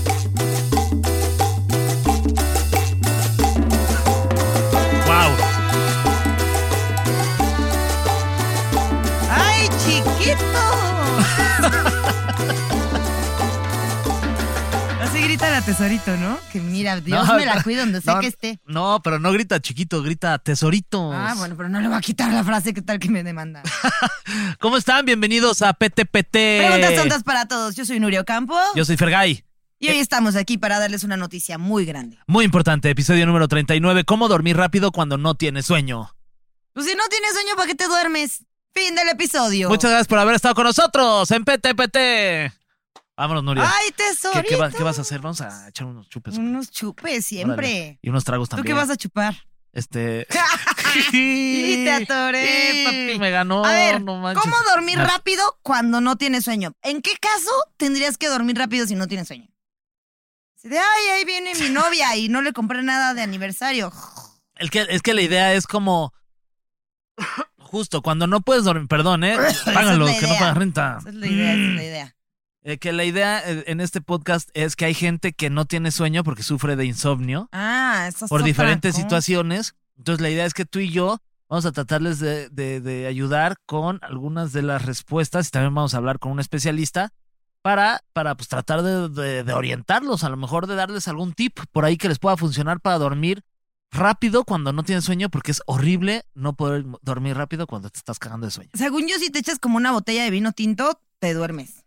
¡Wow! ¡Ay, chiquito! Así grita la tesorito, ¿no? Que mira, Dios No, me la pero- cuide donde sea no, que esté. No, pero no grita chiquito, grita tesoritos. Ah, bueno, pero no le voy a quitar la frase, ¿qué tal que me demanda? ¿Cómo están? Bienvenidos a PTPT. Preguntas tontas para todos. Yo soy Nurio Campo Yo soy Fergay. y hoy estamos aquí para darles una noticia muy grande. Muy importante, episodio número 39, ¿cómo dormir rápido cuando no tienes sueño? Pues si no tienes sueño, ¿para qué te duermes? Fin del episodio. Muchas gracias por haber estado con nosotros en PTPT. Vámonos, Nuria. ¡Ay, ¿Qué, tesorito! qué va- qué vas a hacer? Vamos a echar unos chupes. Unos chupes Órale. siempre. Y unos tragos ¿Tú también. qué vas a chupar? Este... Y te atoré, Y papi. Me ganó. A ver, no manches. ¿cómo dormir Ah. rápido cuando no tienes sueño? ¿En qué caso tendrías que dormir rápido si no tienes sueño? Si de, ay, ahí viene mi novia y no le compré nada de aniversario. El que, es que la idea es como. Justo, cuando no puedes dormir, perdón, ¿eh? Esa es Págalo, la que no idea. pagas renta. Esa es la idea, esa es la idea. Eh, que la idea eh, en este podcast es que hay gente que no tiene sueño porque sufre de insomnio Ah, eso es por otra diferentes cosa. situaciones. Entonces, la idea es que tú y yo vamos a tratarles de, de- de ayudar con algunas de las respuestas y también vamos a hablar con un especialista para, para pues, tratar de, de- de orientarlos, a lo mejor de darles algún tip por ahí que les pueda funcionar para dormir rápido cuando no tienes sueño, porque es horrible no poder dormir rápido cuando te estás cagando de sueño. Según yo, si te echas como una botella de vino tinto, te duermes.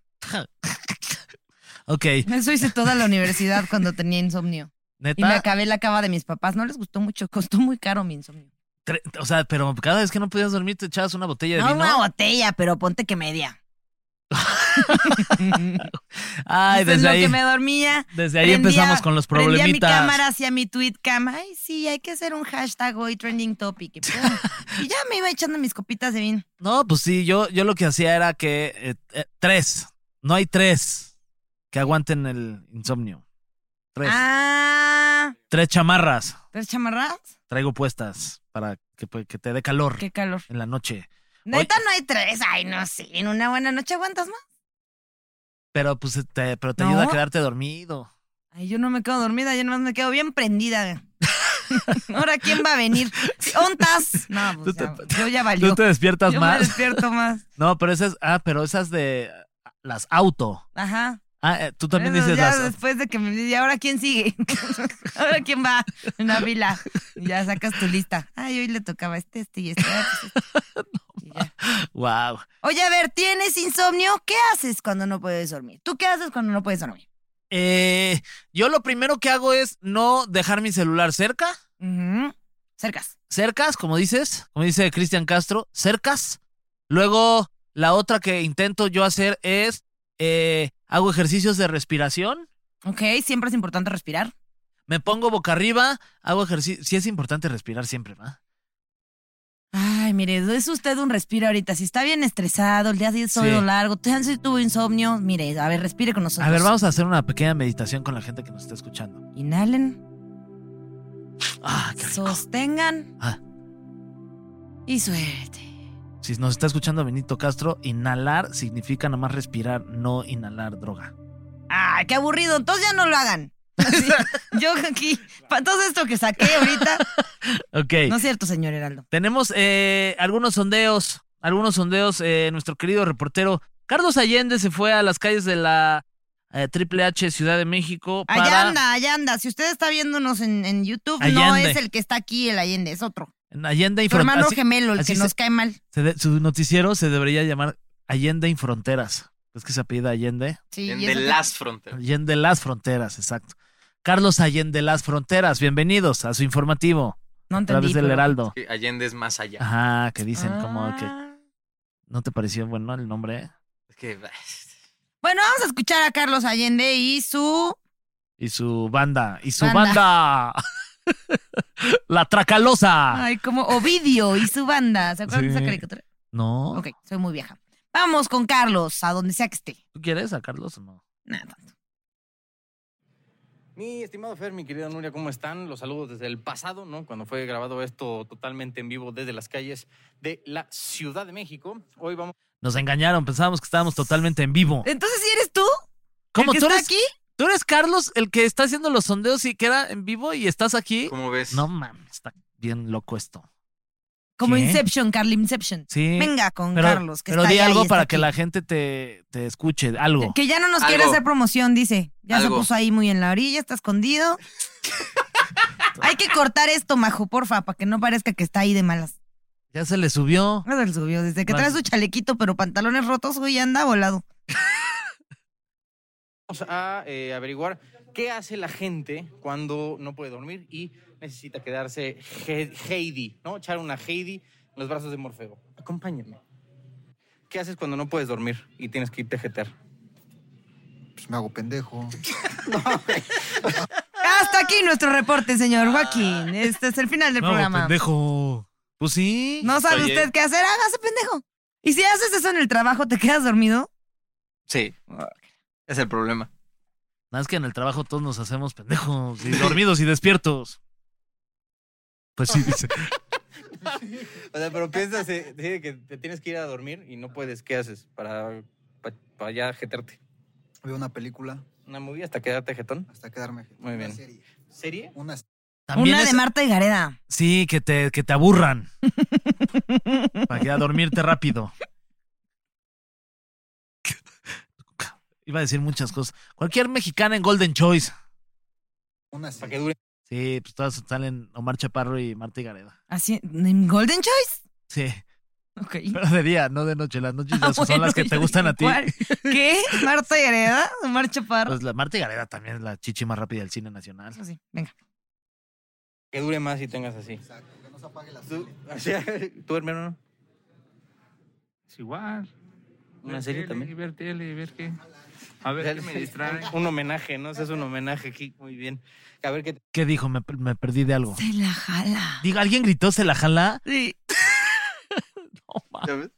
Ok, Eso hice toda la universidad cuando tenía insomnio. Y me neta, acabé la cava de mis papás. No les gustó mucho, costó muy caro mi insomnio. tre- o sea, pero cada vez que no podías dormir te echabas una botella de No vino. una botella, pero ponte que media. Ay, Eso es desde lo ahí, que me dormía. desde ahí Prendía- empezamos con los Prendía mi problemitas. cámara hacia mi tweet cam. Ay, sí, hay que hacer un hashtag hoy trending topic. Y, pum. Y ya me iba echando mis copitas de vino. No, pues sí, yo, yo lo que hacía era que eh, eh, tres, no hay tres que aguanten el insomnio. Tres, Ah, tres chamarras ¿tres chamarras? traigo puestas para que, pues, que te dé calor Qué calor. en la noche. Neta, no hay tres. Ay, no sé. En una buena noche aguantas más. Pero pues te, pero te No. ayuda a quedarte dormido. Ay, yo no me quedo dormida, yo nomás me quedo bien prendida. Ahora, ¿quién va a venir? ¿Ontas? No, pues Tú ya, te- yo ya Tú valió. te despiertas Yo me más. despierto más. No, pero esas, ah, pero esas de ah, las auto. Ajá. Ah, eh, tú también Eso, dices ya las. después de que me ¿y ahora quién sigue? ¿Ahora quién va? En la fila. Y Ya sacas tu lista. Ay, hoy le tocaba este, este y este. ah, pues este. Y ya. Wow. Oye, a ver, ¿tienes insomnio? ¿Qué haces cuando no puedes dormir? ¿Tú qué haces cuando no puedes dormir? Eh, yo lo primero que hago es no dejar mi celular cerca. Ujú. Cercas. cercas, como dices, como dice Cristian Castro, cercas. Luego, la otra que intento yo hacer es, eh, hago ejercicios de respiración, Ok, siempre es importante respirar. me pongo boca arriba, hago ejercicio. Sí es importante respirar siempre, ¿va? Ay, mire, es usted un respiro ahorita. Si está bien estresado, el día ha sido Sí. largo, te- si tuvo insomnio, mire, a ver, respire con nosotros. A ver, vamos a hacer una pequeña meditación con la gente que nos está escuchando. Inhalen, Ah, qué rico. sostengan Ah, y suelten. si nos está escuchando Benito Castro, inhalar significa nada más respirar, no inhalar droga. Ah, qué aburrido. Entonces ya no lo hagan. Sí, yo aquí, pa- todo esto que saqué ahorita. Ok. No es cierto, señor Heraldo. Tenemos eh, algunos sondeos, algunos sondeos. eh, nuestro querido reportero Carlos Allende se fue a las calles de la eh, Triple H Ciudad de México para... Allá anda, allá anda. Si usted está viéndonos en, en YouTube, no Allende. es el que está aquí, el Allende, es otro. en Allende y Su hermano Fronteras. gemelo, el así que se- nos cae mal. Su noticiero se debería llamar Allende y Fronteras. Es que se apellida Allende. Sí, En y de eso que- las fronteras. Allende las Fronteras, exacto. Carlos Allende las Fronteras, bienvenidos a su informativo. No a través entendí. del pero- Heraldo. Sí, Allende es más allá. Ajá, que dicen como que Ah. no te pareció bueno el nombre eh. Es que, bah, Bueno, vamos a escuchar a Carlos Allende y su. y su banda y su banda, Banda. la Tracalosa. Ay, como Ovidio y su banda. ¿Se acuerdan de Ah. Sí. esa caricatura? No, Ok, soy muy vieja. Vamos con Carlos, a donde sea que esté. ¿tú quieres a Carlos o no? Nada tanto. Mi estimado Fer, mi querida Nuria, ¿cómo están? Los saludos desde el pasado, ¿no? Cuando fue grabado esto totalmente en vivo desde las calles de la Ciudad de México. Hoy vamos Nos engañaron, pensábamos que estábamos totalmente en vivo. Entonces, si eres tú? ¿Cómo ¿El que tú está eres? aquí? ¿Tú eres Carlos el que está haciendo los sondeos y queda en vivo y estás aquí? ¿Cómo ves? No mames, está bien loco esto. Como ¿Qué? Inception, Carly Inception. Sí. Venga con pero, Carlos. Que pero está di allá y algo está para que aquí. la gente te, te escuche, algo. Que ya no nos quiere Algo. hacer promoción, dice. Ya Algo. se puso ahí muy en la orilla, está escondido. Hay que cortar esto, Majo, porfa, para que no parezca que está ahí de malas. Ya se le subió. No se lo subió. Desde que Vas. trae su chalequito, pero pantalones rotos, hoy anda volado. a eh, averiguar qué hace la gente cuando no puede dormir y necesita quedarse he- Heidi, ¿no? Echar una Heidi en los brazos de Morfeo. Acompáñame. ¿Qué haces cuando no puedes dormir y tienes que irte a jetear? Pues me hago pendejo. Hasta aquí nuestro reporte, señor Joaquín. Este es el final del No, programa. pendejo. Pues sí. No sabe Oye. usted qué hacer, hágase pendejo. Y si haces eso en el trabajo, ¿te quedas dormido? Sí. Ah. Es el problema. Nada es que en el trabajo todos nos hacemos pendejos y dormidos y despiertos. Pues sí, dice. O sea, pero piensas eh, de que te tienes que ir a dormir y no puedes. ¿Qué haces para, para, para ya jetearte? Veo una película ¿Una movie hasta quedarte jetón? hasta quedarme. Muy bien. Una serie. ¿Serie? Una serie. También Una es- de Marta y Gareda. Sí, que te, que te aburran. Para que a dormirte rápido. Iba a decir muchas cosas. Cualquier mexicana en Golden Choice. Una Para que serie. dure Sí, pues todas salen Omar Chaparro y Marta y Gareda. Así, ¿en Golden Choice? Sí, Ok. pero de día, no de noche. Las noches ya son Ah, Bueno, las que te yo gustan a ti. dije, ¿cuál? ¿Qué? ¿Marta y Gareda? ¿Omar Chaparro? Pues la Marta y Gareda también es la chichi más rápida del cine nacional. Sí, venga. Que dure más y tengas así. Exacto, que no se apague la ¿Tú, serie. así, ¿tú hermano? Es igual. ¿Una Ver serie tele, también? Ver tele, ver qué. A O ver sea, qué me sí, distrae. Un homenaje, ¿no? O sea, es un homenaje aquí, muy bien. A ver qué ¿Qué dijo? Me, me perdí de algo. Se la jala. Diga, ¿alguien gritó, se la jala? Sí, ¿Ya ves?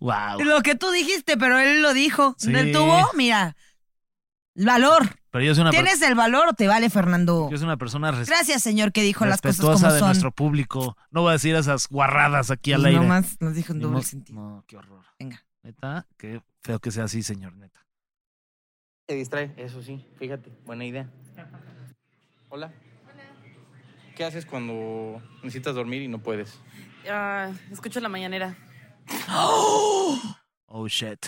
Wow. lo que tú dijiste, pero él lo dijo. Sí. Ah, Detuvo, mira. El valor. Pero yo soy una, per- ¿Tienes el valor o te vale, Fernando? yo soy una persona res- Gracias, señor, que dijo las cosas como respetuosa de son. nuestro público. No voy a decir esas guarradas aquí Pues al aire. nomás nos dijo en Ni doble mo- sentido. No, qué horror. Venga. Neta, qué feo que sea así, señor, neta. te distrae. Eso sí, fíjate, buena idea. Hola. ¿Qué haces cuando necesitas dormir y no puedes? Ah, escucho la mañanera. Oh, shit.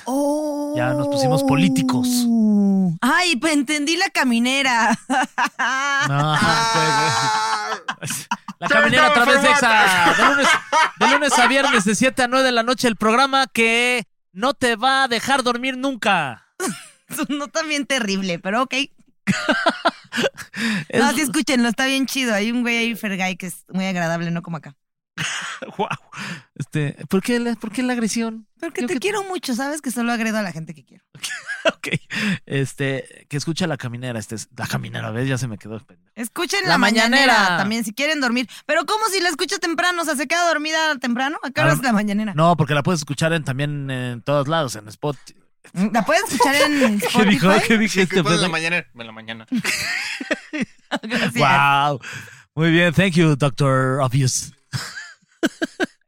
Ya nos pusimos políticos. Oh. Ay, pues entendí la caminera. No, pues, eh. La caminera a través de Exa. De lunes, de lunes a viernes, de 7 a 9 de la noche, el programa que no te va a dejar dormir nunca. No también terrible, pero ok. Es- No, sí, escúchenlo, está bien chido. Hay un güey ahí, Fergay, que es muy agradable, no como acá. Guau. Este, ¿por, qué la, ¿Por qué la agresión? Porque Creo te que- quiero mucho, sabes que solo agredo a la gente que quiero. Ok. Este, que escucha la caminera. Este, es- la caminera, ¿ves? Ya se me quedó pendejo. Escuchen La la, mañanera. mañanera. también si quieren dormir. Pero ¿cómo si la escucha temprano? O sea, ¿se queda dormida temprano? ¿A qué A hora la- es la mañanera? No, porque la puedes escuchar en- también en todos lados, en spot. ¿La puedes escuchar en ¿Qué dijo? este Spotify? ¿Qué dije? ¿Qué pones en la mañana? En la mañana. Gracias. wow. Muy bien, thank you, Doctor Obvious.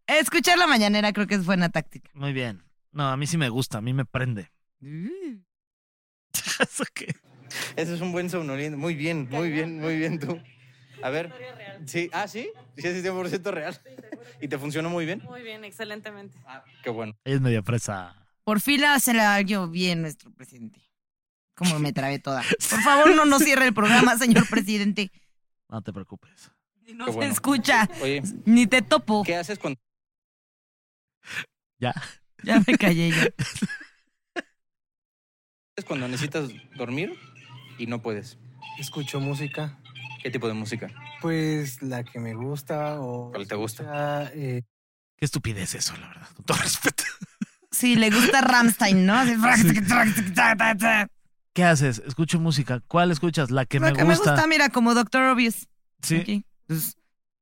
Escuchar la mañanera creo que es buena táctica. Muy bien. No, a mí sí me gusta, a mí me prende. Mm. ¿Eso qué? Ese es un buen somnoliento. Muy bien, muy bien, muy bien tú. A ver. Sí, ah, sí. Sí, es 100% real. ¿Y te funcionó muy bien? Muy bien, excelentemente. Ah, qué bueno. Ella es media presa. Por fila se la dio bien nuestro presidente. Como me trabé toda. Por favor, no nos cierre el programa, señor presidente. No te preocupes. Y no Qué se bueno. escucha, Oye, ni te topo. ¿qué haces cuando Ya. Ya me callé ya. cuando necesitas dormir y no puedes? Escucho música. ¿Qué tipo de música? Pues la que me gusta o... ¿Cuál te gusta? sea, eh, Qué estupidez eso, la verdad. Con todo respeto. Sí, le gusta Ramstein, ¿no? Así, frac, tic, trac, tic, tac, tac, tac. ¿Qué haces? Escucho música. ¿Cuál escuchas? La que, Lo me, que me gusta. gusta, mira, como Doctor Obvious. Sí. Aquí. Pues,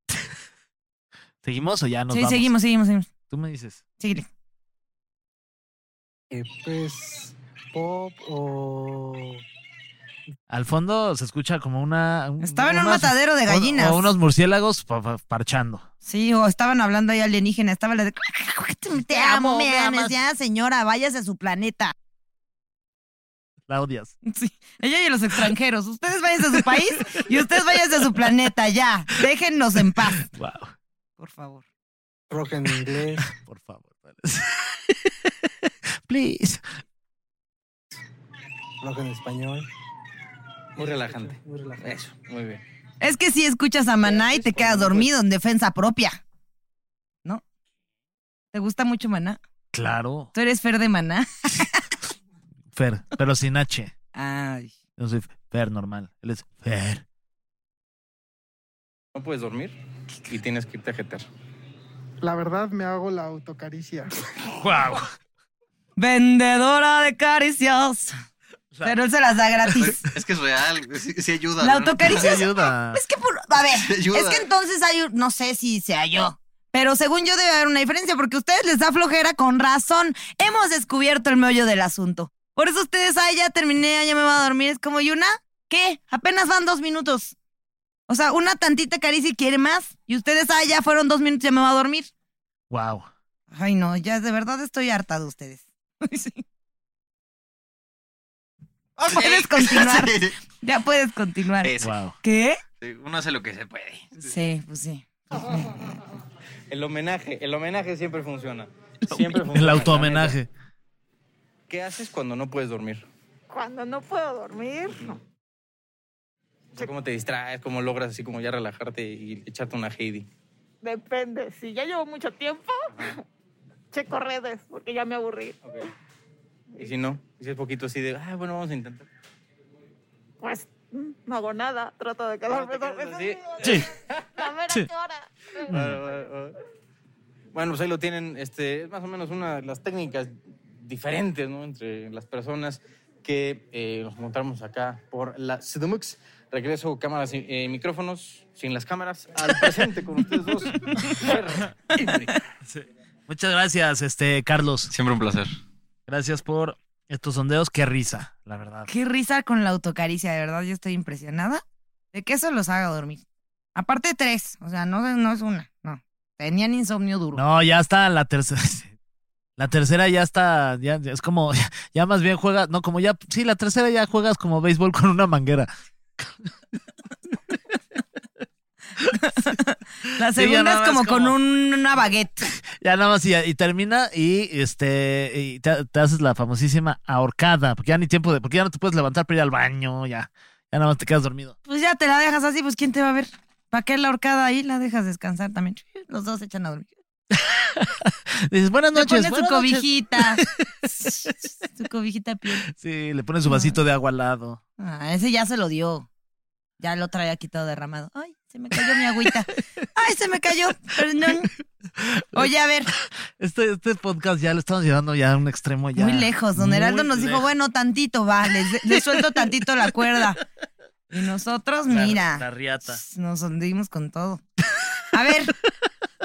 ¿Seguimos o ya nos sí, vamos? seguimos, seguimos, seguimos. Tú me dices. Síguele. eh, pues pop o... Al fondo se escucha como una. un- Estaba en un unas- matadero de o- gallinas. O, unos murciélagos pa- pa- parchando. Sí, o estaban hablando ahí alienígena. Estaba la de. Te amo, amo, me me ames, amas". Ya, señora, váyase a su planeta. La odias. Sí, ella y los extranjeros. Ustedes váyanse a su país y ustedes váyanse a su planeta, ya. Déjennos en paz. Wow, Por favor. Rock en inglés. por favor. Please. rock en español. Muy relajante. Muy relajante. Eso, muy bien. Es que si escuchas a Maná y te quedas dormido en defensa propia. ¿No? ¿Te gusta mucho Maná? Claro, ¿Tú eres Fer de Maná? Fer, pero sin H. Ay. Yo soy Fer normal. Él es Fer. No puedes dormir y tienes que irte a jetear. La verdad me hago la autocaricia. Wow. Vendedora de caricias. Pero él se las da gratis. Es que es real, sí, sí ayuda. La ¿no? autocaricia es ayuda. Es que por- a ver, Sí, ayuda. es que entonces hay un- no sé si sea yo, pero según yo debe haber una diferencia porque a ustedes les da flojera con razón. Hemos descubierto el meollo del asunto. Por eso ustedes, ay, ya terminé, ya me voy a dormir. Es como, ¿y una? ¿Qué? Apenas van dos minutos. O sea, una tantita caricia y quiere más. Y ustedes, ay, ya fueron dos minutos, ya me voy a dormir. Wow. Ay, no, ya de verdad estoy harta de ustedes. Sí. Sí. Puedes continuar. Sí, Ya puedes continuar. sí, sí, Wow. ¿Qué? sí, Uno hace lo que se puede. Sí, pues sí. El homenaje, el homenaje siempre funciona. Siempre funciona. El autohomenaje. ¿Qué haces cuando no puedes dormir? Cuando no puedo dormir, O sea, ¿Cómo te distraes? ¿Cómo logras así como ya relajarte y echarte una Heidi? depende. Si ya llevo mucho tiempo, checo redes porque ya me aburrí. Y si no, si es poquito así de, ah, bueno, vamos a intentar. Pues mm, no hago nada, trato de Ah, quedarme Ahora te dormido. quedas así. Sí. A ver a Sí. qué hora. Bueno, pues ahí lo tienen, este, es más o menos una de las técnicas diferentes, ¿no? Entre las personas que eh, nos montamos acá por la CDMUX. Regreso cámaras y eh, micrófonos, sin las cámaras, al presente con ustedes dos. Fer, Henry. Muchas gracias, este, Carlos. Siempre un placer. Gracias por estos sondeos. Qué risa, la verdad. Qué risa con la autocaricia, de verdad, yo estoy impresionada de que eso los haga dormir. Aparte tres, o sea, no, no es una, no. Tenían insomnio duro. No, ya está la tercera. La tercera ya está, ya, ya es como, ya, más bien juegas, no, como ya, sí, la tercera ya juegas como béisbol con una manguera. La Sí, ya segunda nada es como más con como- un- una baguette. Ya nada más y, y termina y este, y te, te haces la famosísima ahorcada, porque ya ni tiempo de, porque ya no te puedes levantar para ir al baño, ya, ya nada más te quedas dormido. Pues ya te la dejas así, pues ¿quién te va a ver? ¿Para qué la horcada ahí? La dejas descansar también. Los dos se echan a dormir. Dices, buenas Le noches, pones buenas tu noches". cobijita. tu cobijita de piel. Sí, le pones su vasito de agua al lado. Ah, ese ya se lo dio. Ya lo trae aquí todo derramado. Ay, se me cayó mi agüita. Ay, se me cayó. Perdón. Oye, a ver, Este, este podcast ya lo estamos llevando ya a un extremo ya. Muy lejos. Don muy Heraldo nos dijo, lejos. bueno, tantito va, les, les suelto tantito la cuerda. Y nosotros, La- mira, La riata. nos hundimos con todo. A ver,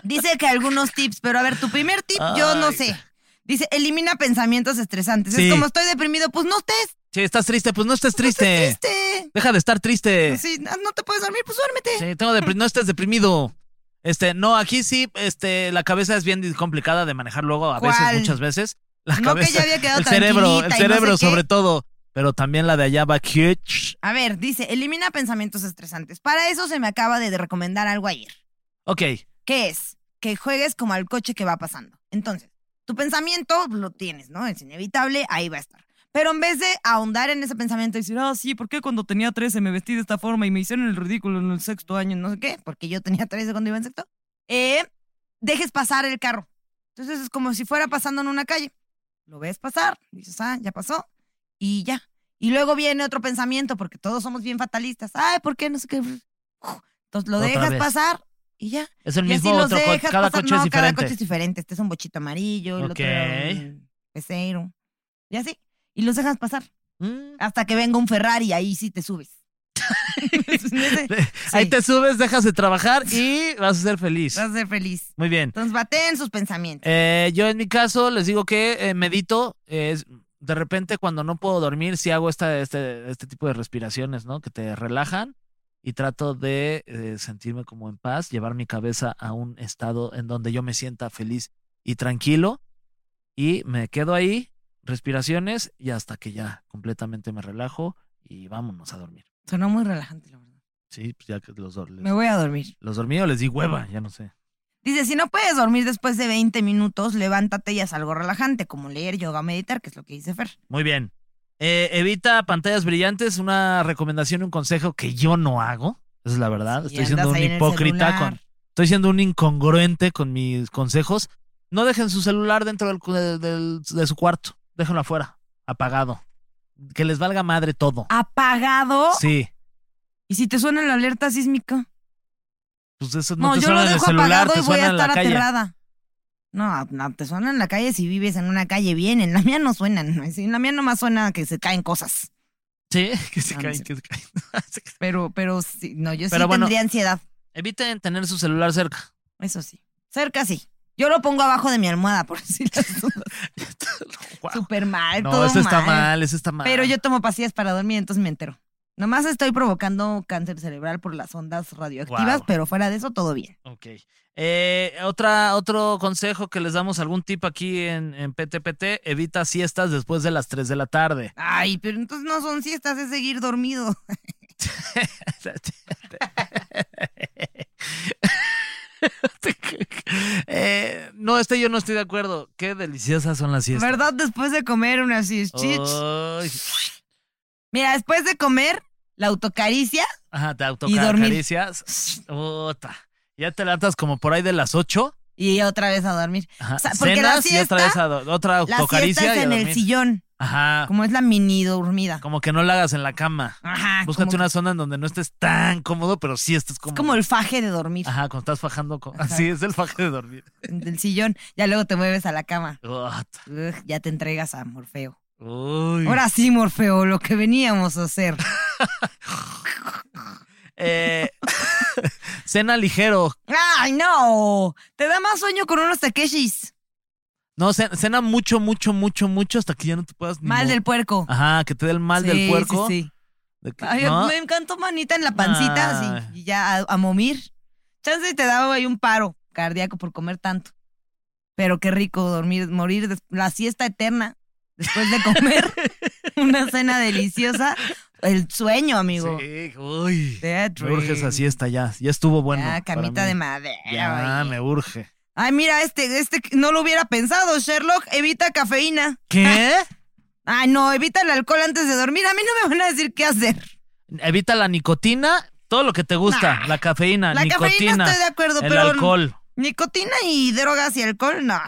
dice que algunos tips, pero a ver, tu primer tip, yo no Ay. sé. Dice, elimina pensamientos estresantes. Sí. Es como estoy deprimido, pues no estés Sí, estás triste, pues no estés triste. triste. Deja de estar triste. Sí, no no te puedes dormir, pues duérmete. Sí, tengo depri- no estés deprimido. Este, no, aquí sí, este, la cabeza es bien complicada de manejar luego, a ¿Cuál? veces, muchas veces. La No, que cabeza, ya había quedado el cerebro, tranquilita el y no cerebro sé qué. sobre todo, pero también la de allá va que- A ver, dice, elimina pensamientos estresantes. Para eso se me acaba de recomendar algo ayer. Ok, ¿Qué es? Que juegues como al coche que va pasando. Entonces, tu pensamiento lo tienes, ¿no? Es inevitable, ahí va a estar. Pero en vez de ahondar en ese pensamiento y decir, ah, sí, ¿por qué cuando tenía 13 me vestí de esta forma y me hicieron el ridículo en el sexto año? No sé qué, porque yo tenía 13 cuando iba en sexto. Eh, dejes pasar el carro. Entonces es como si fuera pasando en una calle. Lo ves pasar, dices, ah, ya pasó, y ya. Y luego viene otro pensamiento, porque todos somos bien fatalistas. Ay, ¿por qué? No sé qué. Entonces lo Otra dejas vez. pasar y ya. Es el Y mismo así los otro coche, dejas cada pasar. coche No, es Cada diferente. coche es diferente. Este es un bochito amarillo, el otro era Ok. un pecero. Y así. Y los dejas pasar. Mm. Hasta que venga un Ferrari, ahí sí te subes. Ahí te subes, dejas de trabajar y vas a ser feliz. Vas a ser feliz. Muy bien. Entonces baten sus pensamientos. Eh, yo en mi caso les digo que eh, medito. eh, es- de repente cuando no puedo dormir, sí hago esta, este, este tipo de respiraciones, ¿no? Que te relajan y trato de eh, sentirme como en paz, llevar mi cabeza a un estado en donde yo me sienta feliz y tranquilo. Y me quedo ahí, respiraciones, y hasta que ya completamente me relajo y vámonos a dormir. Sonó muy relajante. la verdad. Sí, pues ya que los dos. les- Me voy a dormir. Los dormí o les di hueva, ya no sé. Dice, si no puedes dormir después de 20 minutos, levántate y haz algo relajante, como leer, yoga, meditar, que es lo que dice Fer. Muy bien. Eh, evita pantallas brillantes, una recomendación, un consejo que yo no hago. Esa es la verdad. Sí, Estoy siendo andas un ahí en el hipócrita. celular. Con, estoy siendo un incongruente con mis consejos. No dejen su celular dentro del cu- del- del- de su cuarto. Déjenlo afuera, apagado. Que les valga madre todo. ¿Apagado? Sí. ¿Y si te suena la alerta sísmica? Pues eso no, No, te yo suena lo en el dejo celular, apagado te y voy suena a en la estar calle. aterrada. No, no, te suena en la calle si vives en una calle bien. En la mía no suenan. ¿no? En la mía nomás suena que se caen cosas. Sí, que se Ah, no caen, sé. que se caen. Pero, pero sí, no, yo Pero sí bueno. tendría ansiedad. Eviten tener su celular cerca. Eso sí. Cerca sí. Yo lo pongo abajo de mi almohada, por si las dudas. Súper mal, No, todo eso está mal, eso está mal. Pero yo tomo pastillas para dormir, entonces me entero. Nomás estoy provocando cáncer cerebral por las ondas radioactivas, Guau. pero fuera de eso todo bien. Ok. Eh, otra, otro consejo que les damos, algún tip aquí en, en PTPT, evita siestas después de las 3 de la tarde. Ay, pero entonces no son siestas, es seguir dormido. Eh, no, este yo no estoy de acuerdo. Qué deliciosas son las siestas. ¿Verdad? Después de comer unas siestas. Ay. Mira, después de comer, la autocaricia. Ajá, te Y dormir. autocaricias. Puta. Ya te levantas como por ahí de las 8. Y otra vez a dormir. Ajá. O sea, porque la Cenas y otra vez siesta- a do- otra La siesta autocaricia. es y a en el dormir. Ah. sillón, Ajá. como es la mini dormida. Como que no la hagas en la cama. Ajá, Búscate como- una zona en donde no estés tan cómodo, pero sí estés Ah, Es cómodo. como el faje de dormir, Ajá, cuando estás fajando. con- Así es el faje de dormir. del sillón. Ya luego te mueves a la cama. Ugh, Ugh, ya te entregas a Morfeo. uy. Ahora sí, Morfeo, lo que veníamos a hacer. Eh, cena ligero. ¡Ay, no! Te da más sueño con unos takeshis. No, ce- cena mucho, mucho, mucho, mucho hasta que ya no te puedas. ni Mal mo- del puerco. Ajá, que te dé el mal Sí, del sí, puerco. sí. De que- Ay, ¿no? Ah. Me encantó manita en la pancita, Ay. así, y ya a, a momir. Chance y te daba ahí un paro cardíaco por comer tanto. Pero qué rico dormir, morir des- la siesta eterna después de comer una cena deliciosa. El sueño, amigo. Sí, uy. That Me urge esa dream. siesta ya. Ya estuvo bueno. Ya, para camita mí. de madera. Ya, oye. me urge. Ay, mira, este, este no lo hubiera pensado, Sherlock. Evita cafeína. ¿Qué? Ay, no, evita el alcohol antes de dormir. A mí no me van a decir qué hacer. Evita la nicotina, todo lo que te gusta. La cafeína, La nicotina. cafeína estoy de acuerdo, el pero- alcohol. Nicotina y drogas y alcohol, no.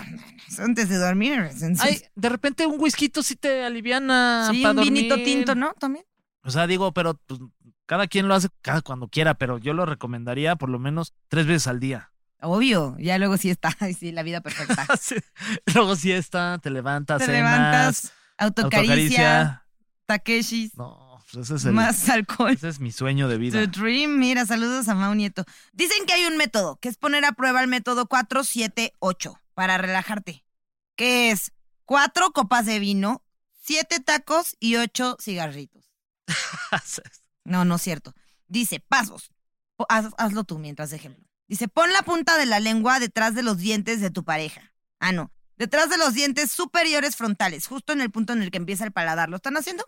Antes de dormir. entonces- Ay, de repente un whisky sí te aliviana. sí, pa' un vinito dormir. tinto, ¿no? También. O sea, digo, pero pues, cada quien lo hace cada cuando quiera, pero yo lo recomendaría por lo menos tres veces al día. Obvio, ya luego sí está. Ay, sí, la vida perfecta. Ah, Sí. Luego siesta, te levantas, Te cenas, levantas, autocaricia, autocaricia. Takeshis, No, pues ese es el- más alcohol. ese es mi sueño de vida. The Dream, mira, saludos a Mau Nieto. Dicen que hay un método, que es poner a prueba el método 478 para relajarte, que es cuatro copas de vino, siete tacos y ocho cigarritos. Ah, No, no es cierto. Dice, pasos. O- haz- hazlo tú mientras ejemplo. Dice, pon la punta de la lengua detrás de los dientes de tu pareja. Ah, no. Detrás de los dientes superiores frontales, justo en el punto en el que empieza el paladar. ¿Lo están haciendo?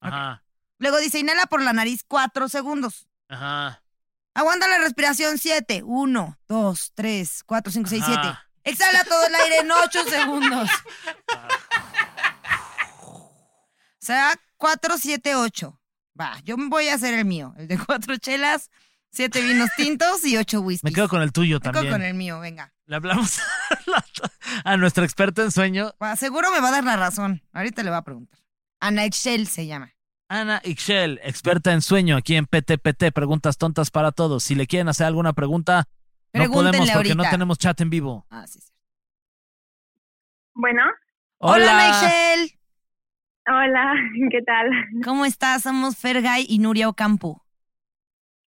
Ajá, Luego dice, inhala por la nariz cuatro segundos. ajá. Aguanta la respiración siete. Uno, dos, tres, cuatro, cinco, seis, siete. Ajá. Exhala todo el aire en ocho segundos. O sea, cuatro, siete, ocho. Va, yo me voy a hacer el mío. El de cuatro chelas, siete vinos tintos y ocho whiskies. Me quedo con el tuyo Me quedo también. con el mío, venga. Le hablamos a, la- a nuestra experta en sueño. Va, Seguro me va a dar la razón. Ahorita le voy a preguntar. Ana Excel se llama. Ana Ixchel, experta en sueño aquí en PTPT, preguntas tontas para todos. Si le quieren hacer alguna pregunta, no Pregúntenle podemos porque no ahorita. tenemos chat en vivo. Ah, sí, sí. Bueno, Hola, Michelle. hola, ¿qué tal? ¿Cómo estás? Somos Fergay y Nuria Ocampo.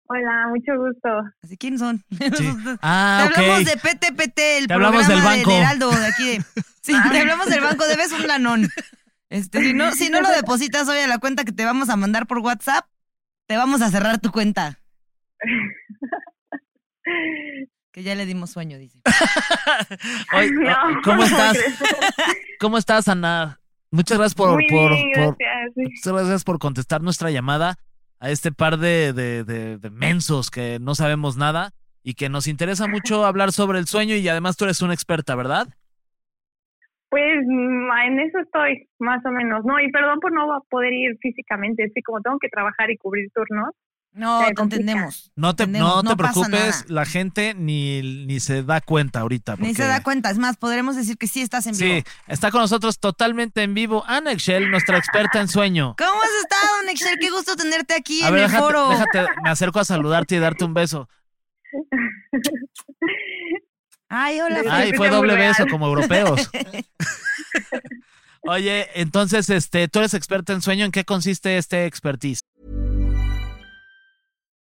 Hola, mucho gusto. ¿Así quiénes son? Ah, te hablamos ok. de PTPT, el Te hablamos programa del banco. del Heraldo de aquí. de- sí, te hablamos del banco, debes un lanón. Este, si, no, si no lo depositas hoy a la cuenta que te vamos a mandar por WhatsApp, te vamos a cerrar tu cuenta. Que ya le dimos sueño, dice. Oye, ah, No, ¿Cómo no estás? crees. ¿Cómo estás, Ana? Muchas gracias por, Muy por, bien, por- gracias. sí. muchas gracias por contestar nuestra llamada a este par de, de- de- de mensos que no sabemos nada y que nos interesa mucho hablar sobre el sueño y además tú eres una experta, ¿verdad? Pues mm, en eso estoy, más o menos. No, y perdón por no poder ir físicamente, es que como tengo que trabajar y cubrir turnos. No, se te complica. entendemos. No te, no Entendemos, te no pasa preocupes, nada. la gente ni, ni se da cuenta ahorita. Ni se porque- da cuenta. Es más, podremos decir que sí estás en vivo. Sí, está con nosotros totalmente en vivo Ana Excel, nuestra experta en sueño. ¿Cómo has estado, Nexel? Qué gusto tenerte aquí A en ver, el déjate, foro. déjate, me acerco a saludarte y darte un beso. Ay, hola. Ay, Fer. fue doble real. beso, como europeos. Oye, entonces, este, tú eres experta en sueño, ¿en qué consiste este expertise?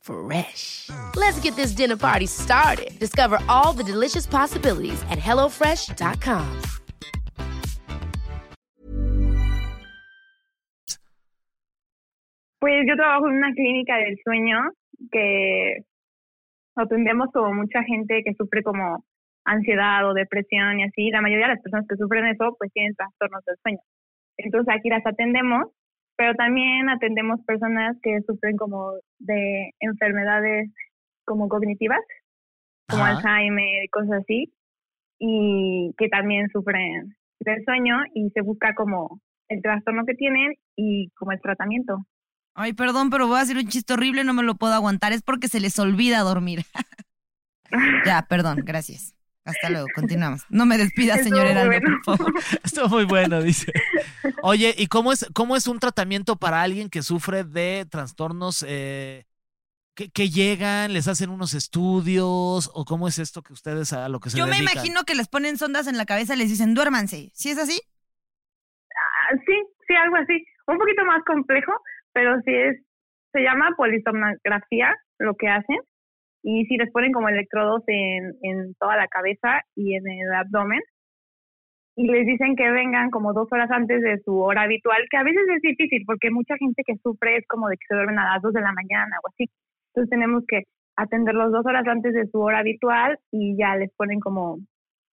Fresh. Let's get this dinner party started. Discover all the delicious possibilities at hellofresh.com. Pues yo trabajo en una clínica del sueño que atendemos como mucha gente que sufre como ansiedad o depresión y así. La mayoría de las personas que sufren eso pues tienen trastornos del sueño. Entonces aquí las atendemos, pero también atendemos personas que sufren como de enfermedades como cognitivas, como Ajá. Alzheimer y cosas así, y que también sufren del sueño y se busca como el trastorno que tienen y como el tratamiento. Ay, perdón, pero voy a hacer un chiste horrible, no me lo puedo aguantar. Es porque se les olvida dormir. ya, perdón, gracias. Hasta luego, continuamos. No me despidas, Estuvo señor muy Heraldo, bueno. por favor. Esto muy bueno, dice. Oye, ¿y cómo es, cómo es un tratamiento para alguien que sufre de trastornos eh, que, que llegan, les hacen unos estudios o cómo es esto que ustedes a lo que se Yo me dedican? imagino que les ponen sondas en la cabeza y les dicen, duérmanse. ¿Sí es así? Ah, sí, sí, algo así. Un poquito más complejo, pero sí es, se llama polisomnografía lo que hacen. Y sí les ponen como electrodos en, en toda la cabeza y en el abdomen. Y les dicen que vengan como dos horas antes de su hora habitual, que a veces es difícil porque mucha gente que sufre es como de que se duermen a las dos de la mañana o así. Entonces tenemos que atenderlos dos horas antes de su hora habitual y ya les ponen como,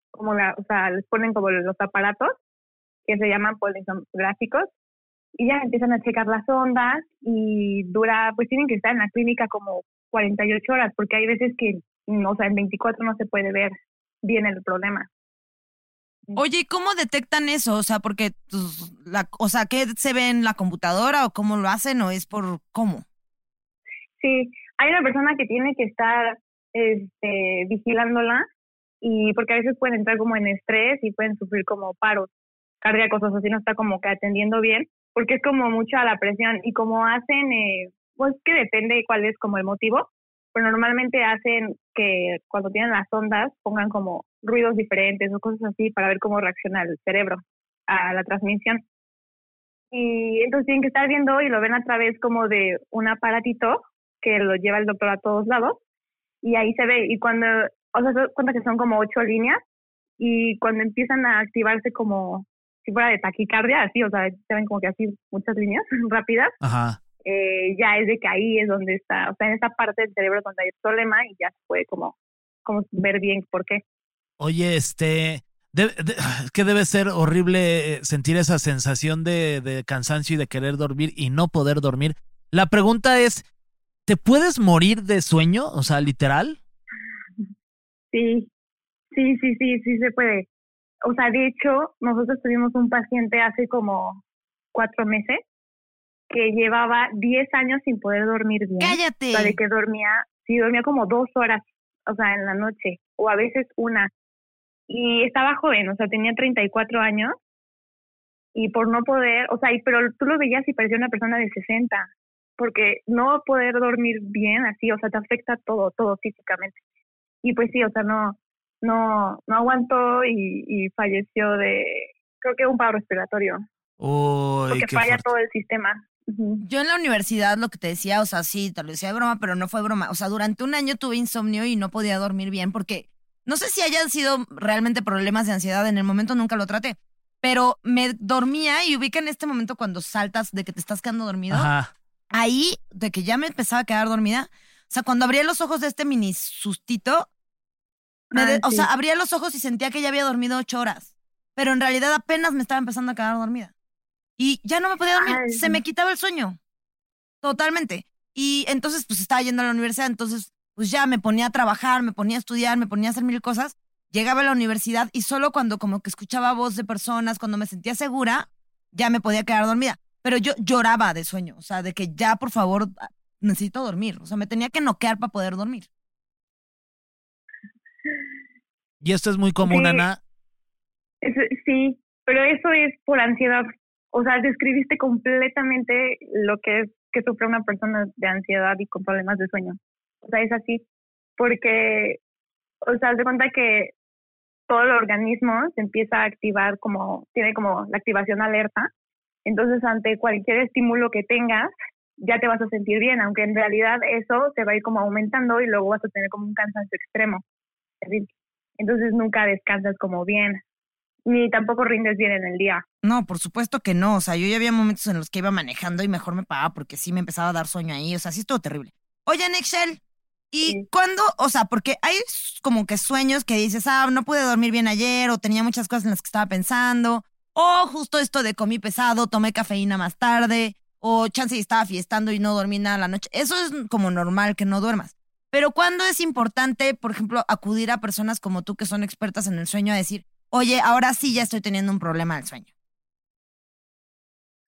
como la, o sea, les ponen como los aparatos que se llaman polisomnográficos y ya empiezan a checar las ondas y dura, pues tienen que estar en la clínica como 48 horas porque hay veces que, mm, o sea, en 24 no se puede ver bien el problema. Oye, ¿y cómo detectan eso? O sea, porque, pues, la, o sea, ¿qué se ve en la computadora o cómo lo hacen o es por cómo? Sí, hay una persona que tiene que estar este, vigilándola y porque a veces pueden entrar como en estrés y pueden sufrir como paros cardíacos, o sea, si no está como que atendiendo bien, porque es como mucha la presión y como hacen, eh, pues que depende cuál es como el motivo, pero normalmente hacen que cuando tienen las ondas pongan como ruidos diferentes o cosas así para ver cómo reacciona el cerebro a la transmisión. Y entonces tienen que estar viendo y lo ven a través como de un aparatito que lo lleva el doctor a todos lados y ahí se ve y cuando, o sea, se da cuenta que son como ocho líneas y cuando empiezan a activarse como si fuera de taquicardia, así, o sea, se ven como que así muchas líneas rápidas, Ajá. eh, ya es de que ahí es donde está, o sea, en esa parte del cerebro donde hay el problema y ya se puede como, como ver bien por qué. Oye, este, de- de- es que debe ser horrible eh, sentir esa sensación de, de cansancio y de querer dormir y no poder dormir. La pregunta es, ¿te puedes morir de sueño? O sea, literal. Sí, sí, sí, sí, sí se puede. O sea, de hecho, nosotros tuvimos un paciente hace como cuatro meses que llevaba 10 años sin poder dormir bien. ¡Cállate! O sea, de que dormía, sí, dormía como dos horas, o sea, en la noche, o a veces una. Y estaba joven, o sea, tenía 34 años, y por no poder, o sea, y, pero tú lo veías y parecía una persona de 60, porque no poder dormir bien así, o sea, te afecta todo, todo físicamente y pues sí, o sea, no, no, no aguantó y, y falleció de, creo que un paro respiratorio, Uy, porque qué falla fuerte. todo el sistema. Ujú. Yo en la universidad lo que te decía, o sea, sí, te lo decía de broma, pero no fue broma. O sea, durante un año tuve insomnio y no podía dormir bien porque no sé si hayan sido realmente problemas de ansiedad, en el momento nunca lo traté, pero me dormía y ubica en este momento cuando saltas de que te estás quedando dormido. Ajá. Ahí, de que ya me empezaba a quedar dormida, o sea, cuando abría los ojos de este mini sustito, me Ah, de- o sí. sea, abría los ojos y sentía que ya había dormido ocho horas, pero en realidad apenas me estaba empezando a quedar dormida. Y ya no me podía dormir, Ay. se me quitaba el sueño, totalmente. Y entonces, pues estaba yendo a la universidad, entonces, pues ya me ponía a trabajar, me ponía a estudiar, me ponía a hacer mil cosas. Llegaba a la universidad y solo cuando como que escuchaba voz de personas, cuando me sentía segura, ya me podía quedar dormida. Pero yo lloraba de sueño, o sea, de que ya, por favor, necesito dormir. O sea, me tenía que noquear para poder dormir. Y esto es muy común, Sí. Ana. Eso- sí, pero eso es por ansiedad. O sea, describiste completamente lo que es que sufre una persona de ansiedad y con problemas de sueño. O sea, es así. Porque, o sea, haz de cuenta que todo el organismo se empieza a activar como, tiene como la activación alerta. Entonces, ante cualquier estímulo que tengas, ya te vas a sentir bien, aunque en realidad eso se va a ir como aumentando y luego vas a tener como un cansancio extremo. Es decir, Entonces nunca descansas como bien ni tampoco rindes bien en el día. No, por supuesto que no. O sea, yo ya había momentos en los que iba manejando y mejor me pagaba porque sí me empezaba a dar sueño ahí. O sea, sí estuvo terrible. Oye, Nexel, ¿y cuándo? O sea, porque hay s- como que sueños que dices, ah, no pude dormir bien ayer o tenía muchas cosas en las que estaba pensando. O justo esto de comí pesado, tomé cafeína más tarde. O chance y estaba fiestando y no dormí nada la noche. Eso es como normal que no duermas. Pero ¿cuándo es importante, por ejemplo, acudir a personas como tú que son expertas en el sueño a decir, oye, ahora sí ya estoy teniendo un problema del sueño?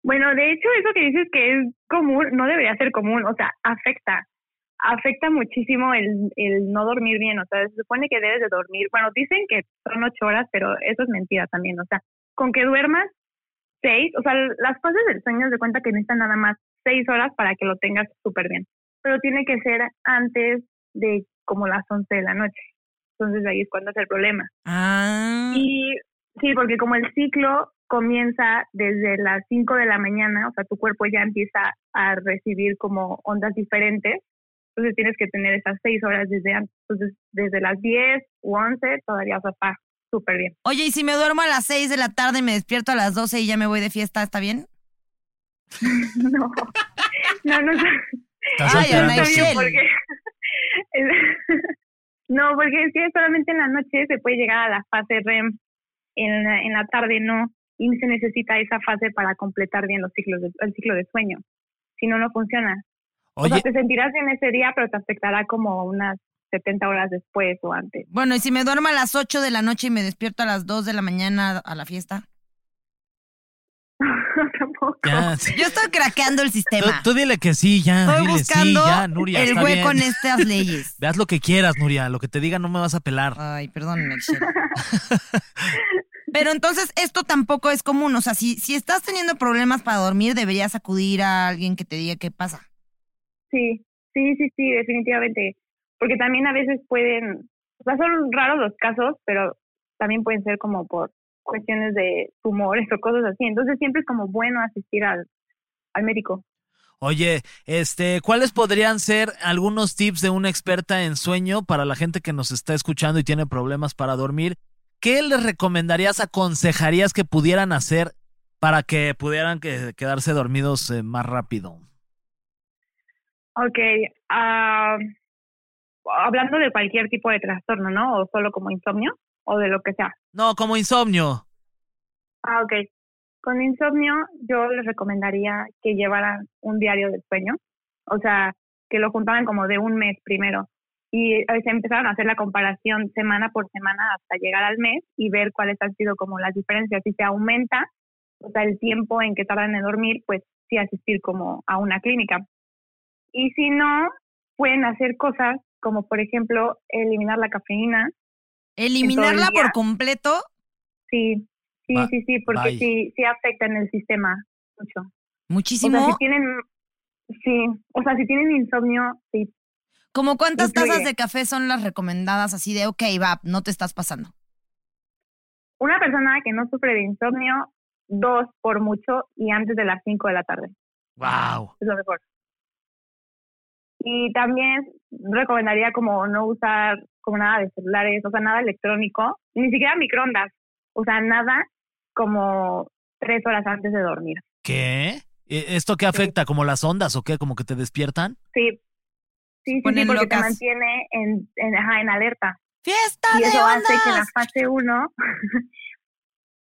Bueno, de hecho, eso que dices que es común, no debería ser común, o sea, afecta. Afecta muchísimo el, el no dormir bien, o sea, se supone que debes de dormir. Bueno, dicen que son ocho horas, pero eso es mentira también, o sea, con que duermas seis, o sea, las fases del sueño se de cuenta que necesitan nada más seis horas para que lo tengas súper bien, pero tiene que ser antes de como las once de la noche. Entonces ahí es cuando es el problema. Ah. Y sí, porque como el ciclo comienza desde las 5 de la mañana, o sea, tu cuerpo ya empieza a recibir como ondas diferentes, entonces tienes que tener esas 6 horas desde antes, entonces desde las 10 u 11 todavía vas a estar súper bien. Oye, ¿y si me duermo a las 6 de la tarde y me despierto a las 12 y ya me voy de fiesta, está bien? No. No, no, está- Estás Ay, alterando no, está bien su- porque... no, porque es que solamente en la noche se puede llegar a la fase REM, en la, en la tarde no, y se necesita esa fase para completar bien los ciclos de- el ciclo de sueño, si no, no funciona. O Oye, sea, te sentirás bien ese día, pero te afectará como unas 70 horas después o antes. Bueno, ¿y si me duermo a las 8 de la noche y me despierto a las 2 de la mañana a la fiesta? ya, Yo estoy craqueando el tú, sistema. tú dile que sí, ya. Estoy dile buscando sí, ya, Nuria, el está hueco bien. en estas leyes. Haz lo que quieras, Nuria. Lo que te diga no me vas a pelar. Ay, perdón, Nexel. Pero entonces esto tampoco es común. O sea, si, si estás teniendo problemas para dormir, deberías acudir a alguien que te diga qué pasa. Sí, sí, sí, sí, definitivamente. Porque también a veces pueden, o sea, son raros los casos, pero también pueden ser como por cuestiones de tumores o cosas así. Entonces siempre es como bueno asistir al, al médico. Oye, este, ¿cuáles podrían ser algunos tips de una experta en sueño para la gente que nos está escuchando y tiene problemas para dormir? ¿qué les recomendarías, aconsejarías que pudieran hacer para que pudieran que- quedarse dormidos eh, más rápido? Ok, ah, hablando de cualquier tipo de trastorno, ¿no? O solo como insomnio o de lo que sea. No, como insomnio. Ah, ok. Con insomnio yo les recomendaría que llevaran un diario del sueño, o sea, que lo juntaran como de un mes primero y eh, se empezaron a hacer la comparación semana por semana hasta llegar al mes y ver cuáles han sido como las diferencias. Si se aumenta, o sea, el tiempo en que tardan en dormir, pues sí asistir como a una clínica. Y si no, pueden hacer cosas como, por ejemplo, eliminar la cafeína. ¿Eliminarla todo el día. por completo? Sí, sí, Ba- sí, sí, porque bye. sí, sí afecta en el sistema mucho. Muchísimo. O sea, si tienen, sí, o sea, si tienen insomnio, sí. ¿Como cuántas Influye. tazas de café son las recomendadas así de, ok, va, no te estás pasando? Una persona que no sufre de insomnio, dos por mucho y antes de las cinco de la tarde. Wow. es lo mejor. Y también recomendaría como no usar como nada de celulares, o sea, nada electrónico, ni siquiera microondas, o sea, nada como tres horas antes de dormir. ¿Qué? ¿E- ¿Esto qué afecta? ¿Como las ondas o qué? ¿Como que te despiertan? Sí, sí, sí, sí ponen porque te locas. mantiene en, en, ajá, en alerta. ¡Fiesta Y Ah, de eso hace que la ondas! fase 1,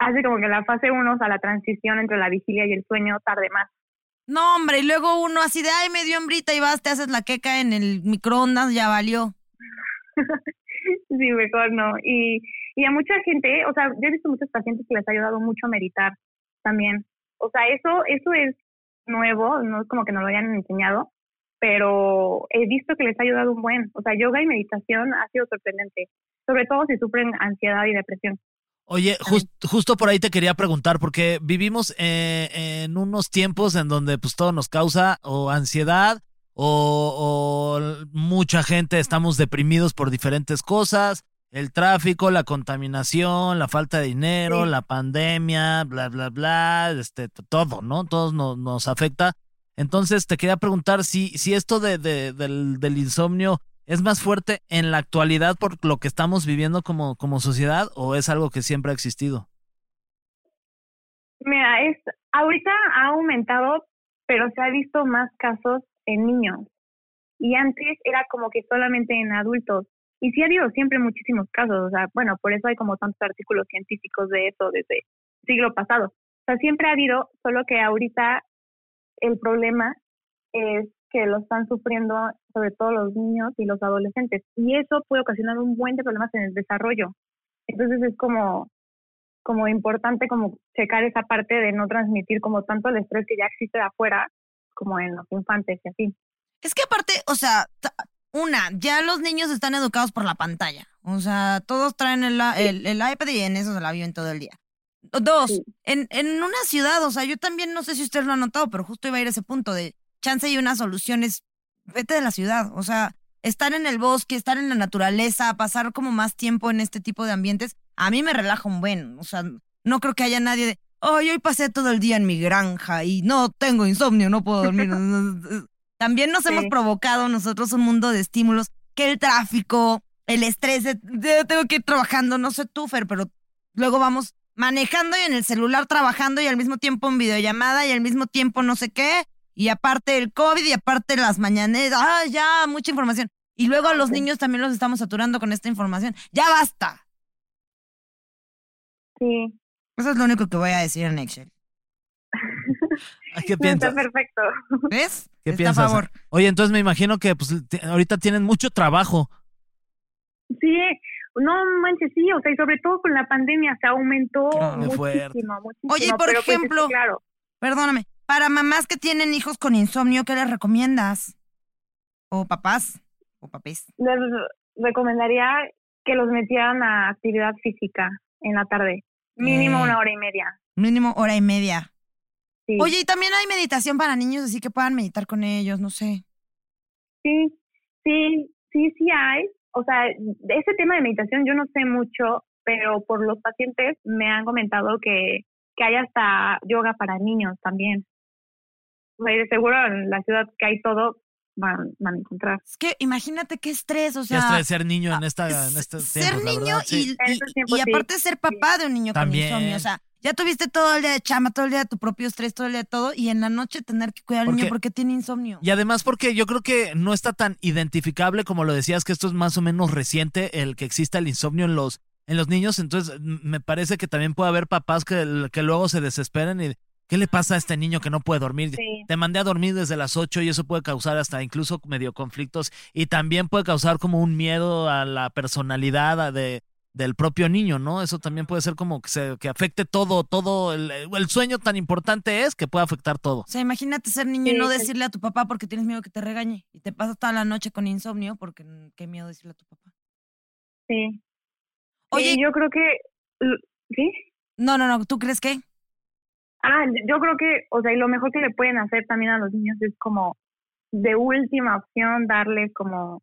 hace como que la fase 1, o sea, la transición entre la vigilia y el sueño tarde más. No, hombre, y luego uno así de, ay, me dio hembrita y vas, te haces la queca en el microondas, ya valió. Sí, mejor no. Y, y a mucha gente, o sea, yo he visto muchos pacientes que les ha ayudado mucho a meditar también. O sea, eso, eso es nuevo, no es como que nos lo hayan enseñado, pero he visto que les ha ayudado un buen. O sea, yoga y meditación ha sido sorprendente, sobre todo si sufren ansiedad y depresión. Oye, jus- justo por ahí te quería preguntar, porque vivimos eh, en unos tiempos en donde pues todo nos causa o ansiedad o, o mucha gente estamos deprimidos por diferentes cosas, el tráfico, la contaminación, la falta de dinero, la pandemia, bla, bla, bla, este, t- todo, ¿no? Todo nos, nos afecta. Entonces te quería preguntar si, si esto de, de- del, del insomnio es más fuerte en la actualidad por lo que estamos viviendo como, como sociedad o es algo que siempre ha existido. Mira, es, ahorita ha aumentado, pero se ha visto más casos en niños. Y antes era como que solamente en adultos. Y sí ha habido siempre muchísimos casos. O sea, bueno, por eso hay como tantos artículos científicos de eso desde siglo pasado. O sea, siempre ha habido, solo que ahorita el problema es que lo están sufriendo sobre todo los niños y los adolescentes. Y eso puede ocasionar un buen de problemas en el desarrollo. Entonces es como, como importante como checar esa parte de no transmitir como tanto el estrés que ya existe de afuera como en los infantes y así. Es que aparte, o sea, ta- una, ya los niños están educados por la pantalla. O sea, todos traen el, a- el, el iPad y en eso se la viven todo el día. O Dos, en, en una ciudad, o sea, yo también no sé si ustedes lo han notado, pero justo iba a ir a ese punto de chance y una solución es vete de la ciudad. O sea, estar en el bosque, estar en la naturaleza, pasar como más tiempo en este tipo de ambientes, a mí me relaja un buen. O sea, no creo que haya nadie de, ay, hoy pasé todo el día en mi granja y no tengo insomnio, no puedo dormir. También nos hemos provocado nosotros un mundo de estímulos, que el tráfico, el estrés, de, de- tengo que ir trabajando, no sé tú, Fer, pero luego vamos manejando y en el celular trabajando y al mismo tiempo en videollamada y al mismo tiempo no sé qué, y aparte el COVID y aparte las mañaneras, ah, ya, mucha información. Y luego a los niños también los estamos saturando con esta información. Ya basta. Sí. Eso es lo único que voy a decir en Excel. ¿Qué No, está piensas? perfecto. ¿Ves? ¿Qué Está piensas? a favor. Oye, entonces me imagino que pues, te- ahorita tienen mucho trabajo. Sí, no manches, sí, o sea, y sobre todo con la pandemia se aumentó Claro, muchísimo, fuerte. muchísimo, Ah, Oye, y por pero pues es que, ejemplo, claro, perdóname, para mamás que tienen hijos con insomnio, ¿qué les recomiendas? O papás, o papés. les recomendaría que los metieran a actividad física en la tarde, mínimo Mm. una hora y media. Mínimo hora y media. Sí. Oye, y también hay meditación para niños, así que puedan meditar con ellos, no sé. Sí, sí, sí, sí hay. O sea, de ese tema de meditación yo no sé mucho, pero por los pacientes me han comentado que, que hay hasta yoga para niños también. O sea, y de seguro en la ciudad que hay todo, van, van a encontrar. Es que imagínate qué estrés, o Ya está sea, de ser niño en esta, en este ser niño y, y- tiempos, y sí. aparte ser papá de un niño También. con insomnio. O sea, ya tuviste todo el día de chama, todo el día de tu propio estrés, todo el día de todo, y en la noche tener que cuidar al niño Porque- porque tiene insomnio. Y además porque yo creo que no está tan identificable como lo decías, que esto es más o menos reciente, el que exista el insomnio en los, en los niños. Entonces, m- me parece que también puede haber papás que, que luego se desesperan y ¿qué le pasa a este niño que no puede dormir? Sí. Te mandé a dormir desde las 8 y eso puede causar hasta incluso medio conflictos y también puede causar como un miedo a la personalidad a de, del propio niño, ¿no? Eso también puede ser como que, se, que afecte todo, todo, el, el sueño tan importante es que puede afectar todo. O sea, imagínate ser niño y Sí, no sí. decirle a tu papá porque tienes miedo que te regañe. Y te pasas toda la noche con insomnio porque mm, qué miedo decirle a tu papá. Sí. Oye, Sí, yo creo que, l- ¿sí? no, no, no, ¿tú crees que? Ah, yo creo que, o sea, y lo mejor que le pueden hacer también a los niños es como de última opción darles como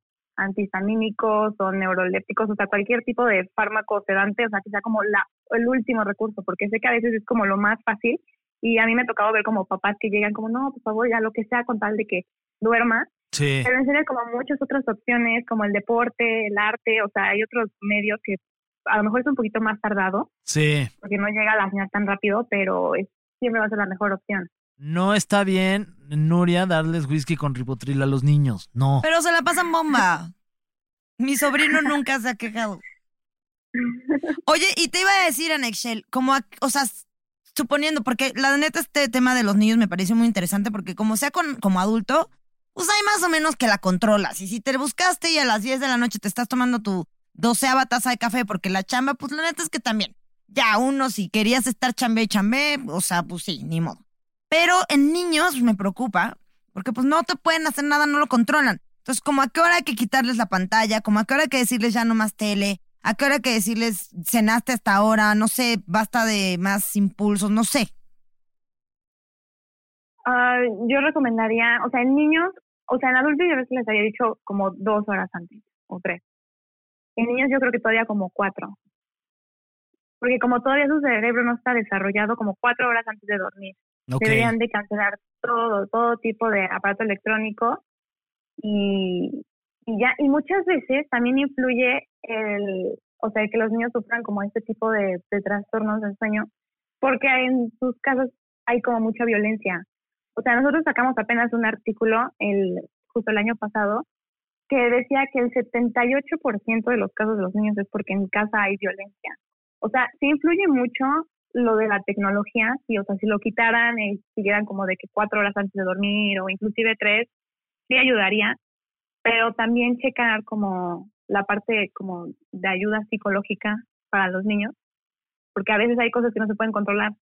antihistamínicos o neurolépticos, o sea, cualquier tipo de fármaco sedante, o sea, que sea como la, el último recurso, porque sé que a veces es como lo más fácil y a mí me ha tocado ver como papás que llegan como, no, por favor, ya lo que sea con tal de que duerma, Sí. pero en serio, como muchas otras opciones, como el deporte, el arte, o sea, hay otros medios que a lo mejor es un poquito más tardado, Sí. porque no llega la señal tan rápido, pero es- siempre va a ser la mejor opción. No está bien, Nuria, darles whisky con ribotril a los niños. No. Pero se la pasan bomba. Mi sobrino nunca se ha quejado. Oye, y te iba a decir, Anexel, como, a- o sea, s- suponiendo, porque la neta este tema de los niños me pareció muy interesante, porque como sea con, como adulto, pues hay más o menos que la controlas. Y si te buscaste y a las 10 de la noche te estás tomando tu doceava taza de café porque la chamba, pues la neta es que también. Ya uno, si querías estar chambe y chambe, o sea, pues sí, ni modo. Pero en niños me preocupa, porque pues no te pueden hacer nada, no lo controlan. Entonces, como a qué hora hay que quitarles la pantalla, como a qué hora hay que decirles ya no más tele, a qué hora hay que decirles cenaste hasta ahora, no sé, basta de más impulsos, no sé. Ah, yo recomendaría, o sea, en niños, o sea, en adultos yo a veces les había dicho como dos horas antes o tres. En niños yo creo que todavía como cuatro. Porque como todavía su cerebro no está desarrollado, como cuatro horas antes de dormir. Ok. Deberían de cancelar todo, todo tipo de aparato electrónico y, y ya, y muchas veces también influye el, o sea, que los niños sufran como este tipo de, de trastornos del sueño, porque en sus casos hay como mucha violencia. O sea, nosotros sacamos apenas un artículo el justo el año pasado que decía que el 78% de los casos de los niños es porque en casa hay violencia. O sea, sí influye mucho lo de la tecnología, sí, o sea, si lo quitaran y siguieran como de que cuatro horas antes de dormir o inclusive tres, sí ayudaría, pero también checar como la parte como de ayuda psicológica para los niños, porque a veces hay cosas que no se pueden controlar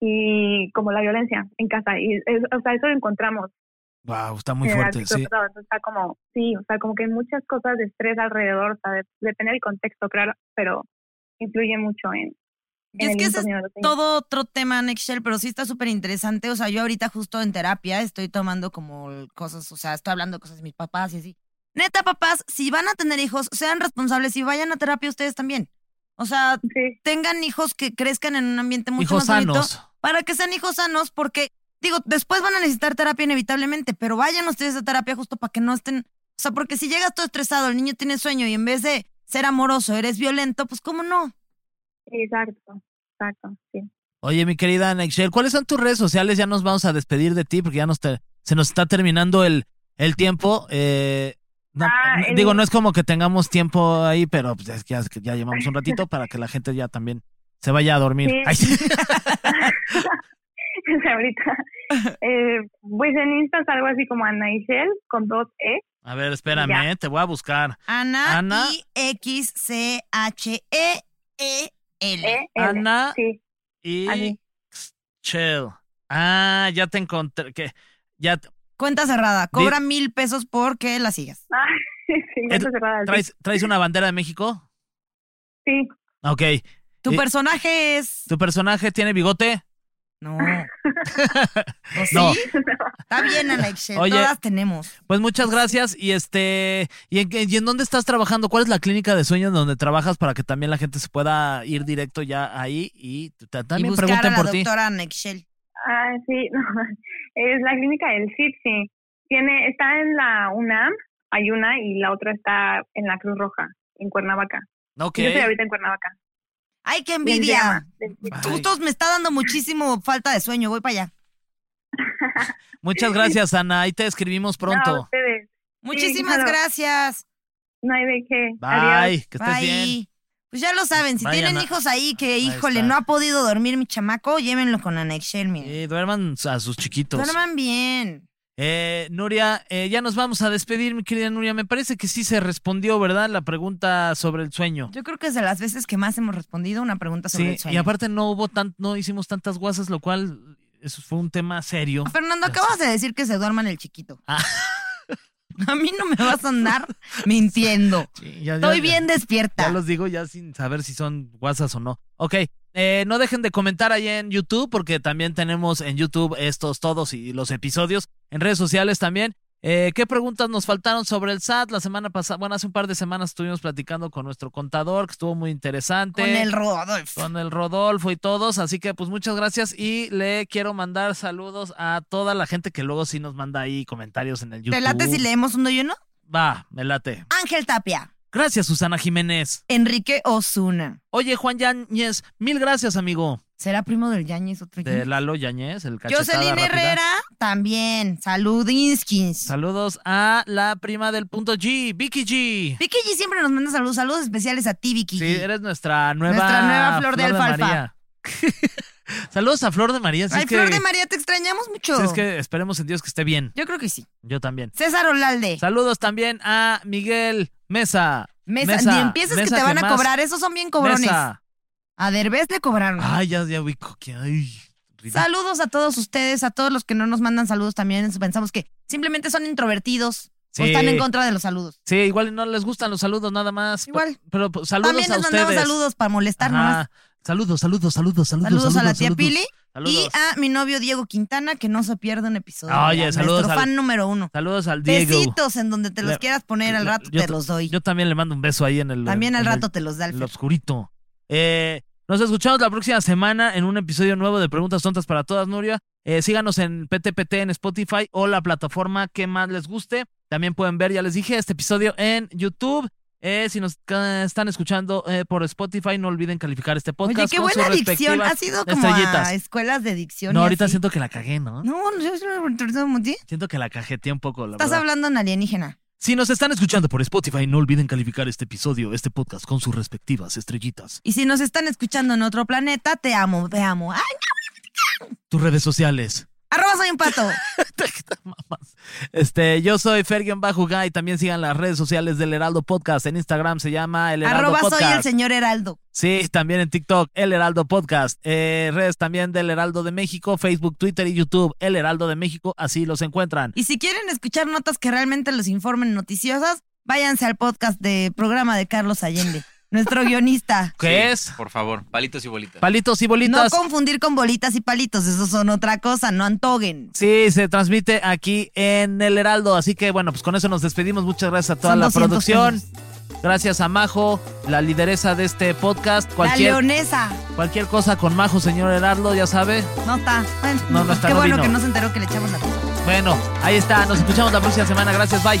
y como la violencia en casa, y es- o sea, eso lo encontramos Wow, está muy en el fuerte, artículo sí. pasado, entonces está como, sí, o sea, como que hay muchas cosas de estrés alrededor, o sea, de- depende del contexto, claro, pero influye mucho en, Y es en el que ese es insomnio de los niños. todo otro tema, Nexel, pero sí está súper interesante. O sea, yo ahorita justo en terapia estoy tomando como cosas, o sea, estoy hablando de cosas de mis papás y así. Neta, papás, si van a tener hijos, sean responsables y vayan a terapia ustedes también. O sea, Sí. tengan hijos que crezcan en un ambiente mucho Hijos más bonito sanos. para que sean hijos sanos, porque, digo, después van a necesitar terapia inevitablemente, pero vayan ustedes a terapia justo para que no estén. O sea, porque si llegas todo estresado, el niño tiene sueño y en vez de ser amoroso eres violento, pues cómo no. Exacto, exacto, sí. Oye, mi querida Nexel, ¿cuáles son tus redes sociales? Ya nos vamos a despedir de ti porque ya nos te- se nos está terminando el, el tiempo. Eh, no, Ah, no- el- Digo, no es como que tengamos tiempo ahí, pero pues, es que ya, ya llevamos un ratito para que la gente ya también se vaya a dormir. Sí. Ay, sí. ahorita. Eh, pues en Insta es algo así como Anaishel con dos E. A ver, espérame, Ya. eh, te voy a buscar. Ana, Ana. I X C H E E L. E L. Ana Sí, y Ani. Chell. Ah, ya te encontré. Que ya te- Cuenta cerrada. Cobra mil pesos porque la sigas. Ah, sí, ya Eh, está cerrada, sí. ¿traes, ¿Traes una bandera de México? Sí, Ok. Tu Eh, personaje es. ¿Tu personaje tiene bigote? No. ¿O Oh, sí? No. Está bien, Alexia. Oye. Todas tenemos. Pues muchas gracias. Y este, ¿y en, qué- y en dónde estás trabajando? ¿Cuál es la clínica de sueños donde trabajas para que también la gente se pueda ir directo ya ahí y t- t- Y también buscar a pregunten la por ti? doctora Nexel. ah, sí, no, es la clínica del CIPSI, Tiene, está en la UNAM, hay una, y la otra está en la Cruz Roja, en Cuernavaca. Ok. Yo estoy ahorita en Cuernavaca. ¡Ay, qué Y en envidia! llama. Justo me está dando muchísimo falta de sueño. Voy para allá. Muchas gracias, Ana. Ahí te escribimos No, a pronto. ustedes. Muchísimas claro. gracias. No hay de qué. Bye, Adiós. que estés Bye. bien. Pues ya lo saben, si Vayan tienen a- hijos ahí que, híjole, está. no ha podido dormir mi chamaco, llévenlo con Anexel, miren. Y duerman a sus chiquitos. Duerman bien. Eh, Nuria, eh, ya nos vamos a despedir, mi querida Nuria. Me parece que sí se respondió, ¿verdad? La pregunta sobre el sueño. Yo creo que es de las veces que más hemos respondido una pregunta sobre Sí, el y sueño. aparte no hubo tan, no hicimos tantas guasas, lo cual eso fue un tema serio. Ah, Fernando, acabas de decir que se duerman el chiquito. Ah. A mí no me vas a andar mintiendo. Ya- ya- Estoy bien Ya despierta. los digo ya sin saber si son guasas o no. Ok, eh, no dejen de comentar ahí en YouTube porque también tenemos en YouTube estos todos y los episodios. En redes sociales también. Eh, ¿Qué preguntas nos faltaron sobre el SAT? La semana pasada, bueno, hace un par de semanas estuvimos platicando con nuestro contador, que estuvo muy interesante. Con el Rodolfo. Con el Rodolfo y todos. Así que, pues, muchas gracias. Y le quiero mandar saludos a toda la gente que luego sí nos manda ahí comentarios en el YouTube. ¿Te late si leemos uno y uno? Va, me late. Ángel Tapia, Gracias, Susana Jiménez. Enrique Osuna. Oye, Juan Yáñez, mil gracias, amigo. ¿Será primo del Yañez otro De Yañez? Lalo Yañez, el cachetada Jocelyn rápida. Herrera, también. Saludinskins. Saludos a la prima del punto G, Vicky G. Vicky G siempre nos manda saludos. Saludos especiales a ti, Vicky. Sí, G. eres nuestra nueva, Nuestra nueva Flor de Alfalfa. María. Saludos a Flor de María. Si Ay, es que, Flor de María, te extrañamos mucho. si es que esperemos en Dios que esté bien. Yo creo que sí. Yo también. César Olalde. Saludos también a Miguel Mesa. Mesa, ni empiezas que Mesa, te van a más? cobrar, esos son bien cobrones. Mesa. A Derbez le cobraron. Ay, ya, ya ubico que- Ay, ridículo. Saludos a todos ustedes, a todos los que no nos mandan saludos también. Pensamos que simplemente son introvertidos Sí. o están en contra de los saludos. Sí, igual y no les gustan los saludos nada más. Igual. Pero, pero, saludos también a les ustedes. mandamos saludos para molestar Ajá. nomás. Saludos, saludos, saludos, saludos. Saludos, a la tía saludos. Pili y Saludos. a mi novio Diego Quintana, que no se pierde un episodio. Oye, Mira, saludos Nuestro al- fan número uno. Saludos al Diego. Besitos en donde te los Le- quieras poner al rato, Yo te ta- los doy. Yo también le mando un beso ahí en el. También al en el- rato te los da el el Fer. oscurito. Eh, nos escuchamos la próxima semana en un episodio nuevo de Preguntas Tontas para Todas, Nuria. Eh, síganos en PTPT en Spotify o la plataforma que más les guste. También pueden ver, ya les dije, este episodio en YouTube. Eh, si nos ca- están escuchando eh, por Spotify, no olviden calificar este podcast. Oye, qué con buena sus adicción. respectivas Ha sido como estrellitas. a escuelas de dicción. No, y ahorita así. siento que la cagué, ¿no? No, no, yo- yo- yo- yo- yo- Siento que la cajeteé un poco, la Estás verdad. hablando en alienígena. Si nos están escuchando por Spotify, no olviden calificar este episodio, este podcast, con sus respectivas estrellitas. Y si nos están escuchando en otro planeta, te amo, te amo. ¡Ay! Tus redes sociales. Arroba soy un pato. Este, yo soy Fergen Bajuga y también sigan las redes sociales del Heraldo Podcast. En Instagram se llama El Heraldo Arroba Podcast. soy el señor Heraldo. Sí, también en TikTok, El Heraldo Podcast. Eh, redes también del Heraldo de México, Facebook, Twitter y YouTube, El Heraldo de México, así los encuentran. Y si quieren escuchar notas que realmente los informen noticiosas, váyanse al podcast de programa de Carlos Allende, nuestro guionista. ¿Qué Sí, Por favor, palitos y bolitas. Palitos y No bolitas. confundir con bolitas y palitos, eso son otra cosa, no antoguen. Sí, se transmite aquí en El Heraldo. Así que bueno, pues con eso nos despedimos. Muchas gracias a toda Son la 200 producción. Gracias a Majo, la lideresa de este podcast. La Cualquier, leonesa. cualquier cosa con Majo, señor Heraldo, ya sabe. No está. Bueno, No, no está, Qué no bueno vino. que no se enteró que le echamos la culpa. Bueno, ahí está. Nos escuchamos la próxima semana. Gracias, bye.